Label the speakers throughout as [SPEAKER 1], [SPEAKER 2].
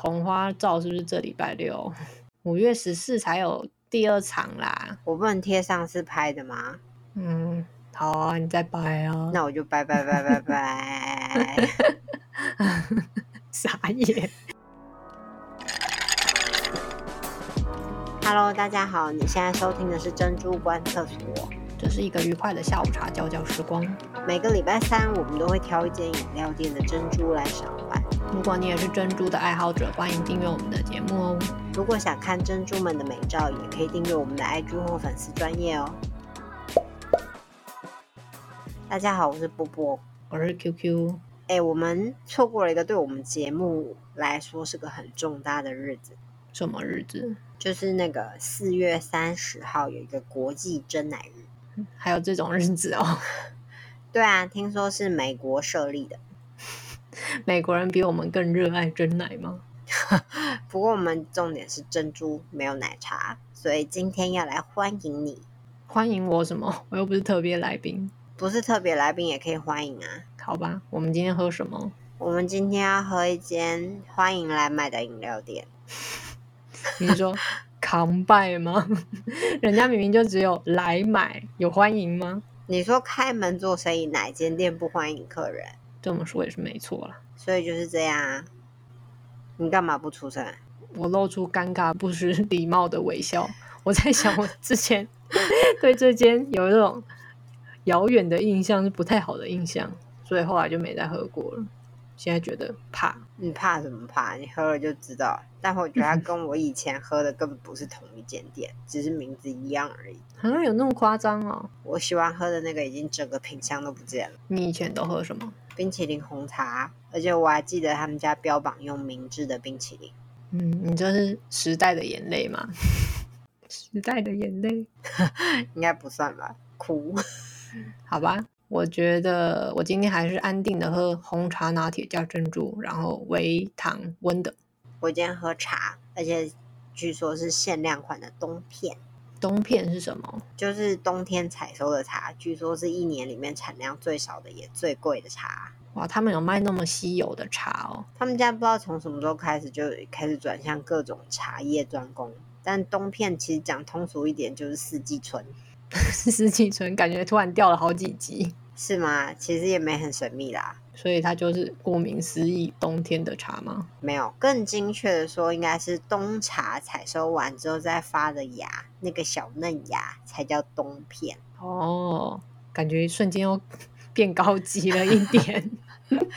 [SPEAKER 1] 红花照是不是这礼拜六？ 五月十四才有第二场啦。
[SPEAKER 2] 我不能贴上是拍的吗？
[SPEAKER 1] 嗯，好啊，你再掰啊。
[SPEAKER 2] 那我就拜拜拜拜拜。
[SPEAKER 1] 傻眼。
[SPEAKER 2] Hello，大家好，你现在收听的是珍珠观厕所。
[SPEAKER 1] 这是一个愉快的下午茶交交时光。
[SPEAKER 2] 每个礼拜三，我们都会挑一间饮料店的珍珠来赏玩。
[SPEAKER 1] 如果你也是珍珠的爱好者，欢迎订阅我们的节目哦。
[SPEAKER 2] 如果想看珍珠们的美照，也可以订阅我们的 IG 或粉丝专业哦。大家好，我是波波。
[SPEAKER 1] 我是 QQ，
[SPEAKER 2] 哎、我们错过了一个对我们节目来说是个很重大的日子，
[SPEAKER 1] 什么日子？
[SPEAKER 2] 就是那个四月三十号有一个国际真奶日。
[SPEAKER 1] 还有这种日子哦。
[SPEAKER 2] 对啊，听说是美国设立的。
[SPEAKER 1] 美国人比我们更热爱真奶吗？
[SPEAKER 2] 不过我们重点是珍珠，没有奶茶，所以今天要来欢迎你，
[SPEAKER 1] 欢迎我什么？我又不是特别来宾。
[SPEAKER 2] 不是特别来宾也可以欢迎啊。
[SPEAKER 1] 好吧，我们今天喝什么？
[SPEAKER 2] 我们今天要喝一间欢迎来买的饮料店，
[SPEAKER 1] 你是说扛拜吗？ 人家明明就只有来买，有欢迎吗？
[SPEAKER 2] 你说开门做生意哪间店不欢迎客人？
[SPEAKER 1] 这么说也是没错啦。
[SPEAKER 2] 所以就是这样啊。你干嘛不出声？啊
[SPEAKER 1] 我露出尴尬不失礼貌的微笑。我在想，我之前对这间有一种遥远的印象，是不太好的印象，所以后来就没再喝过了。现在觉得怕，
[SPEAKER 2] 你怕什么怕？你喝了就知道了。但我觉得它跟我以前喝的根本不是同一间店，只是名字一样而已。
[SPEAKER 1] 好像有那么夸张哦。
[SPEAKER 2] 我喜欢喝的那个已经整个品相都不见了，
[SPEAKER 1] 你以前都喝什么？
[SPEAKER 2] 冰淇淋红茶，而且我还记得他们家标榜用明治的冰淇淋。
[SPEAKER 1] 嗯，你这是时代的眼泪吗？ 时代的眼泪，
[SPEAKER 2] 应该不算吧？哭，
[SPEAKER 1] 好吧。我觉得我今天还是安定的喝红茶拿铁加珍珠，然后微糖温的。
[SPEAKER 2] 我今天喝茶，而且据说是限量款的冬片，
[SPEAKER 1] 冬片是什么？
[SPEAKER 2] 就是冬天采收的茶，据说是一年里面产量最少的也最贵的茶。
[SPEAKER 1] 哇，他们有卖那么稀有的茶哦。
[SPEAKER 2] 他们家不知道从什么时候开始就开始转向各种茶叶专攻，但冬片其实讲通俗一点就是四季春，
[SPEAKER 1] 四季春感觉突然掉了好几级，
[SPEAKER 2] 是吗？其实也没很神秘啦。
[SPEAKER 1] 所以它就是顾名思义冬天的茶吗？
[SPEAKER 2] 没有，更精确的说，应该是冬茶采收完之后再发的芽，那个小嫩芽才叫冬片。
[SPEAKER 1] 哦，感觉瞬间又 变高级了一点。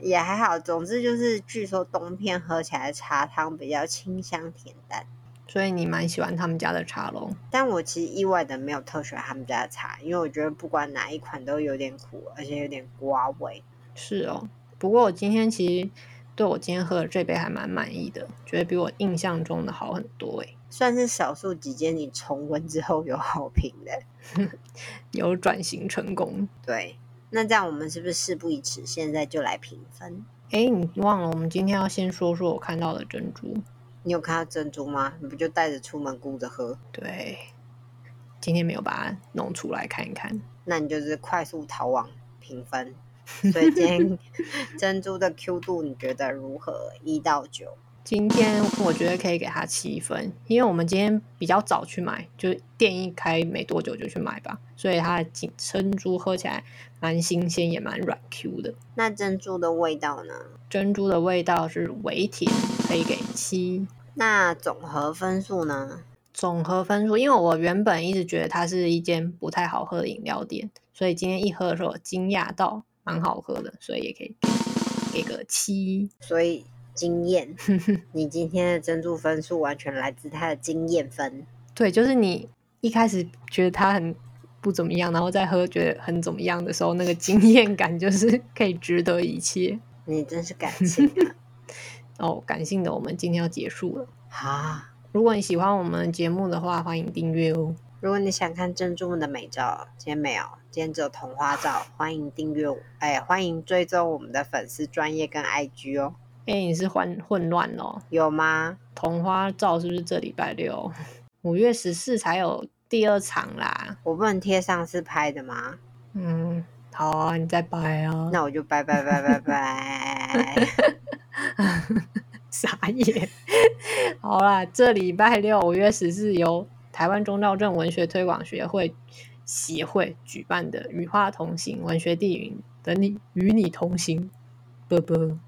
[SPEAKER 2] 也还好，总之就是，据说冬片喝起来的茶汤比较清香甜淡。
[SPEAKER 1] 所以你蛮喜欢他们家的茶咯。
[SPEAKER 2] 但我其实意外的没有特喜欢他们家的茶，因为我觉得不管哪一款都有点苦，而且有点瓜味。
[SPEAKER 1] 是哦，不过我今天其实对我今天喝的这杯还蛮满意的，觉得比我印象中的好很多欸诶，
[SPEAKER 2] 算是少数几间你重温之后有好评的。
[SPEAKER 1] 有转型成功。
[SPEAKER 2] 对，那这样我们是不是事不宜迟，现在就来评分？
[SPEAKER 1] 诶，哎你忘了我们今天要先说说我看到的珍珠。
[SPEAKER 2] 你有看到珍珠吗？你不就带着出门顾着喝？
[SPEAKER 1] 对，今天没有把它弄出来看一看。
[SPEAKER 2] 那你就是快速逃往评分。所以今天珍珠的 Q 度你觉得如何？一到九，
[SPEAKER 1] 今天我觉得可以给它七分，因为我们今天比较早去买，就是店一开没多久就去买吧，所以它的锦珍珠喝起来蛮新鲜，也蛮软 Q 的。
[SPEAKER 2] 那珍珠的味道呢？
[SPEAKER 1] 珍珠的味道是微甜，可以给七。
[SPEAKER 2] 那总和分数呢？
[SPEAKER 1] 总和分数，因为我原本一直觉得它是一间不太好喝的饮料店，所以今天一喝的时候我惊讶到蛮好喝的，所以也可以给给个七。
[SPEAKER 2] 所以经验，你今天的珍珠分数完全来自它的经验分。
[SPEAKER 1] 对，就是你一开始觉得它很不怎么样，然后再喝觉得很怎么样的时候，那个惊艳感就是可以值得一切。
[SPEAKER 2] 你真是感性
[SPEAKER 1] 哦，感性的，我们今天要结束了。
[SPEAKER 2] 啊！啊，
[SPEAKER 1] 如果你喜欢我们的节目的话，欢迎订阅哦。
[SPEAKER 2] 如果你想看珍珠们的美照，今天没有，今天只有童花照。欢迎订阅我，哎，欢迎追踪我们的粉丝专业跟 IG 哦。
[SPEAKER 1] 哎，你是混混乱哦咯，
[SPEAKER 2] 有吗？
[SPEAKER 1] 同花照是不是这礼拜六？ 五月十四才有第二场啦。
[SPEAKER 2] 我不能贴上是拍的吗？
[SPEAKER 1] 嗯，好啊，你再掰啊。
[SPEAKER 2] 那我就拜拜拜拜拜。
[SPEAKER 1] 傻眼。 好啦，这礼拜六五月十日由台湾中道镇文学推广学会协会举办的“与话同行”文学地云，等你与你同行，啵啵。